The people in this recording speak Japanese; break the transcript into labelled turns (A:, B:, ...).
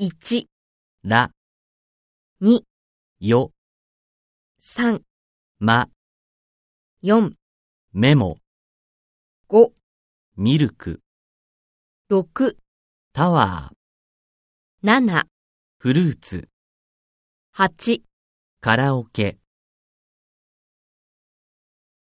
A: 1、
B: ら、
A: 2、
B: よ、
A: 3、
B: ま、
A: 4、
B: メモ、
A: 5、
B: ミルク、
A: 6、
B: タワー、
A: 7、
B: フルーツ、
A: 8
B: カラオケ。